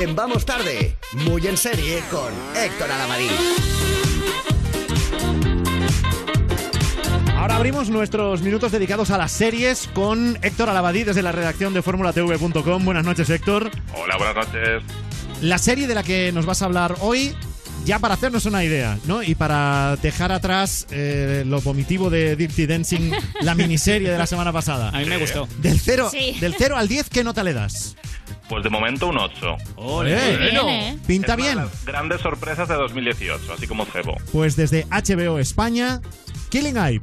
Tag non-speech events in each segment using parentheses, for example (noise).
En Vamos Tarde, muy en serie con Héctor Alamarín. Ahora abrimos nuestros minutos dedicados a las series con Héctor Alabadí desde la redacción de formulatv.com. Buenas noches, Héctor. Hola, buenas noches. La serie de la que nos vas a hablar hoy, ya para hacernos una idea, ¿no? Y para dejar atrás eh, lo vomitivo de Dirty Dancing, la miniserie de la semana pasada. A mí me gustó. Del 0 Sí. del cero al 10, ¿qué nota le das? Pues de momento un 8. Eh, Bien, ¿eh? ¿Pinta Es una de bien? las Grandes sorpresas de 2018, así como cebo. Pues desde HBO España, Killing Eve.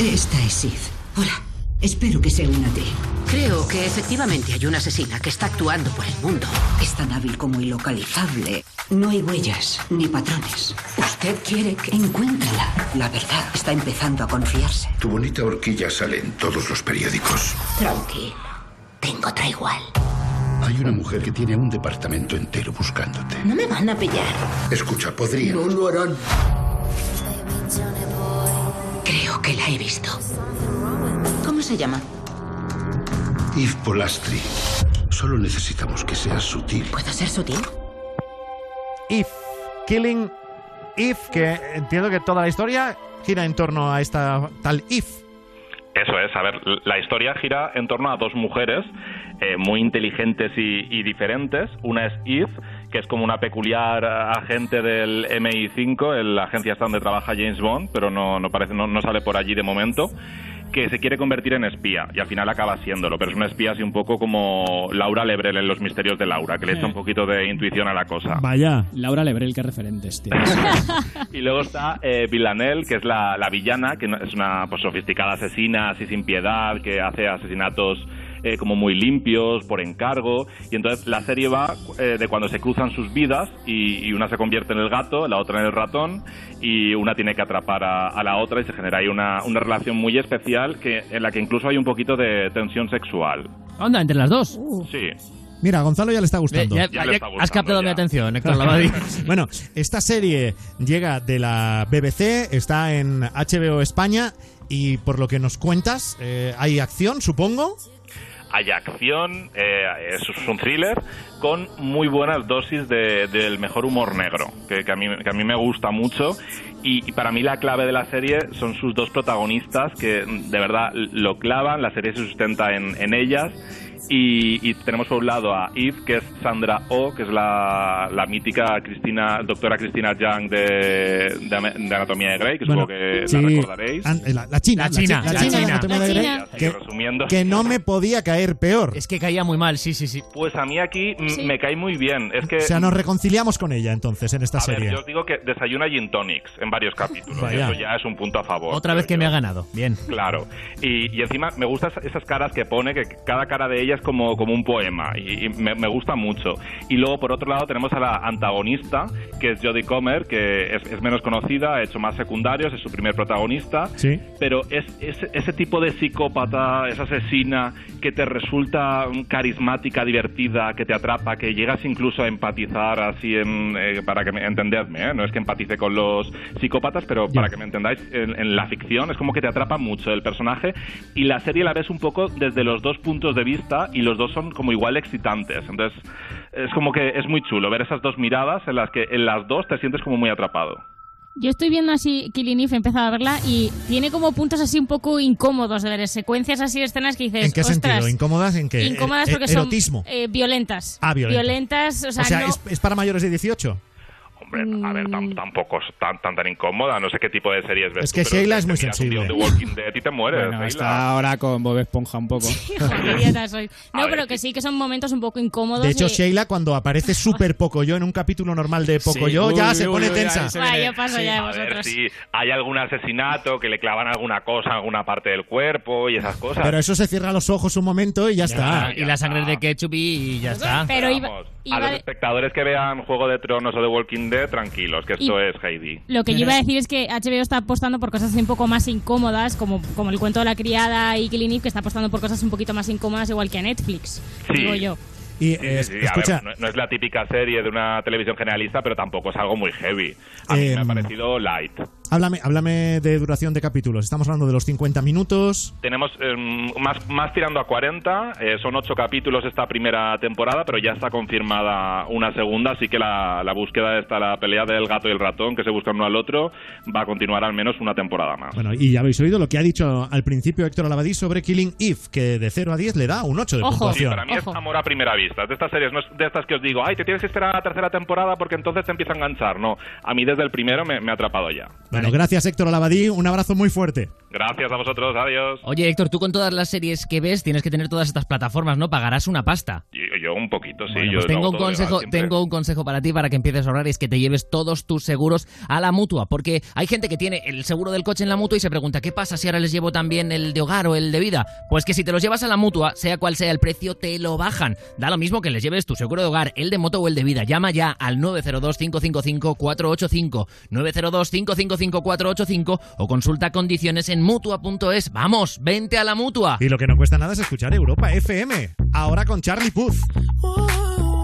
Esta es Sid. Hola, espero que se una a ti. Creo que efectivamente hay una asesina que está actuando por el mundo. Es tan hábil como ilocalizable. No hay huellas ni patrones. Usted quiere que encuéntrala. La verdad está empezando a confiarse. Tu bonita horquilla sale en todos los periódicos. Tronqui, tengo otra igual. Hay una mujer que tiene un departamento entero buscándote. No me van a pillar. Escucha, podría. lo harán. Creo que la he visto. ¿Cómo se llama? Yves Polastri. Solo necesitamos que seas sutil. ¿Puedo ser sutil? If, Killing If, que entiendo que toda la historia gira en torno a esta tal If. Eso es, a ver, la historia gira en torno a dos mujeres eh, muy inteligentes y, y diferentes. Una es Eve, que es como una peculiar ah, agente del MI5, el- la agencia está donde trabaja James Bond, pero no, no, parece, no, no sale por allí de momento, que se quiere convertir en espía y al final acaba siéndolo, pero es una espía así un poco como Laura Lebrel en Los Misterios de Laura, que le echa un poquito de intuición a la cosa. Vaya. Laura Lebrel, qué referentes, tío. Y luego está eh, Villanelle, que es la, la villana, que no- es una pues, sofisticada asesina, así sin piedad, que hace asesinatos eh, como muy limpios, por encargo. Y entonces la serie va eh, de cuando se cruzan sus vidas y, y una se convierte en el gato, la otra en el ratón, y una tiene que atrapar a, a la otra y se genera ahí una, una relación muy especial que, en la que incluso hay un poquito de tensión sexual. Onda, entre las dos. Uh. Sí. Mira, a Gonzalo ya le está Eh, gustando. ya- Ya ya- le está gustando, has captado ya. mi atención, Héctor Lavadi. Bueno, esta serie llega de la BBC, está en HBO España y por lo que nos cuentas, eh, hay acción, supongo. hay acción, eh, es un thriller con muy buenas dosis de- del mejor humor negro, que, que a mí, que a mí me gusta mucho. Y, y para mí la clave de la serie son sus dos protagonistas, que mm, de verdad lo clavan, la serie se sustenta en, en ellas. Y, y tenemos por un lado a Eve, que es Sandra O, que es la, la mítica Cristina, doctora Cristina Young de, de Ama- de Anatomía de Grey, que Bueno, supongo que sí. la recordaréis. An- Ah, la, la China, La China, chi- la China. Anatomía La de Grey, China. Así que Que, resumiendo. que no me podía caer peor. Es que caía muy mal, sí, sí, sí. Pues a mí aquí mm, Sí. me cae muy bien. Es que O sea, nos reconciliamos con ella entonces en esta A serie. ver, yo os digo que desayuna gin tonics en varios capítulos. y Vaya. eso ya es un punto a favor. Otra vez que creo me ha yo. ganado. Bien. Claro. Y, y encima me gustan esas caras que pone, que cada cara de ella es como, como un poema. Y, y me, me gusta mucho. Y luego, por otro lado, tenemos a la antagonista, que es Jodie Comer, que es, es menos conocida, ha hecho más secundarios, es su primer protagonista. Sí. Pero es, es- ese tipo de psicópata, esa asesina que te resulta mm, carismática, divertida, que te atrapa, que llegas incluso a empatizar así en, eh, para que me entendedme, ¿eh? no es que empatice con los psicópatas, pero para que me entendáis, en, en la ficción es como que te atrapa mucho el personaje y la serie la ves un poco desde los dos puntos de vista y los dos son como igual excitantes. Entonces es como que es muy chulo ver esas dos miradas en las que en las dos te sientes como muy atrapado. Yo estoy viendo así Killing Eve, he empezado a verla y tiene como puntos así un poco incómodos de ver, secuencias así de escenas que dices, ¿En qué "Ostras, sentido? ¿Incómodas? ¿En qué? incómodas Eh, porque eh, erotismo. son eh, violentas. Ah, violentas. Violentas, o sea, o sea, no- (laughs) es, es para mayores de 18. Hombre, a ver, Mm. tam- tampoco es tan, tan, tan incómoda. No sé qué tipo de series ves. Es tú, que pero Sheila es te muy miras sensible. Un día de Walking Dead y te mueres. Bueno, Sheila. está ahora con Bob Esponja un poco. Joder, idiota soy. No, A ver, pero que sí que son momentos un poco incómodos. De hecho, y- Sheila, cuando aparece súper poco yo en un capítulo normal de poco Sí. yo, ya Uy, se uy, pone uy, tensa. ahí se Buah, viene. yo paso ya de A ver vosotros. si hay algún asesinato que le clavan alguna cosa, alguna parte del cuerpo y esas cosas. Pero eso se cierra los ojos un momento y ya, está. y la sangre de ketchup y, y ya está. Pero iba- Vamos, iba a los de- espectadores que vean Juego de Tronos o de Walking Dead, tranquilos, que esto Y- es Heidi. Lo que yo iba a decir es que HBO está apostando por cosas un poco más incómodas, como, como el cuento de la criada y Killing Eve, que está apostando por cosas un poquito más incómodas, igual que a Netflix, Sí. digo yo. Y Sí, eh, sí, a ver, escucha, no, no es la típica serie de una televisión generalista, pero tampoco es algo muy heavy. A mí Eh, me ha parecido light. Háblame, háblame de duración de capítulos. Estamos hablando de los 50 minutos. Tenemos eh, más, más tirando a 40, eh, son ocho capítulos esta primera temporada, pero ya está confirmada una segunda, así que la, la búsqueda de esta, la pelea del gato y el ratón, que se buscan uno al otro, va a continuar al menos una temporada más. Bueno, y ya habéis oído lo que ha dicho al principio Héctor Alabadí sobre Killing Eve, que de 0 a 10 le da un 8 de Ojo. Sí, puntuación. para mí es Ojo. amor a primera vista. De estas series, no es de estas que os digo, ay, te tienes que esperar a la tercera temporada porque entonces te empieza a enganchar. No, a mí desde el primero me, me ha atrapado ya. Bueno, gracias Héctor Alabadí, un abrazo muy fuerte. Gracias a vosotros, adiós. Oye, Héctor, tú con todas las series que ves tienes que tener todas estas plataformas, ¿no? Pagarás una pasta. Y- Yo un poquito, sí. Bueno, yo pues lo tengo hago un todo legal consejo, siempre. tengo un consejo para ti para que empieces a ahorrar y es que te lleves todos tus seguros a la mutua, porque hay gente que tiene el seguro del coche en la mutua y se pregunta qué pasa si ahora les llevo también el de hogar o el de vida. Pues que si te los llevas a la mutua, sea cual sea el precio, te lo bajan. Da lo mismo que les lleves tu seguro de hogar, el de moto o el de vida. Llama ya al 902 555 485, 902 555 485 o consulta condiciones en mutua.es. Vamos, vente a la mutua. Y lo que no cuesta nada es escuchar Europa FM, ahora con Charlie Puth. Oh,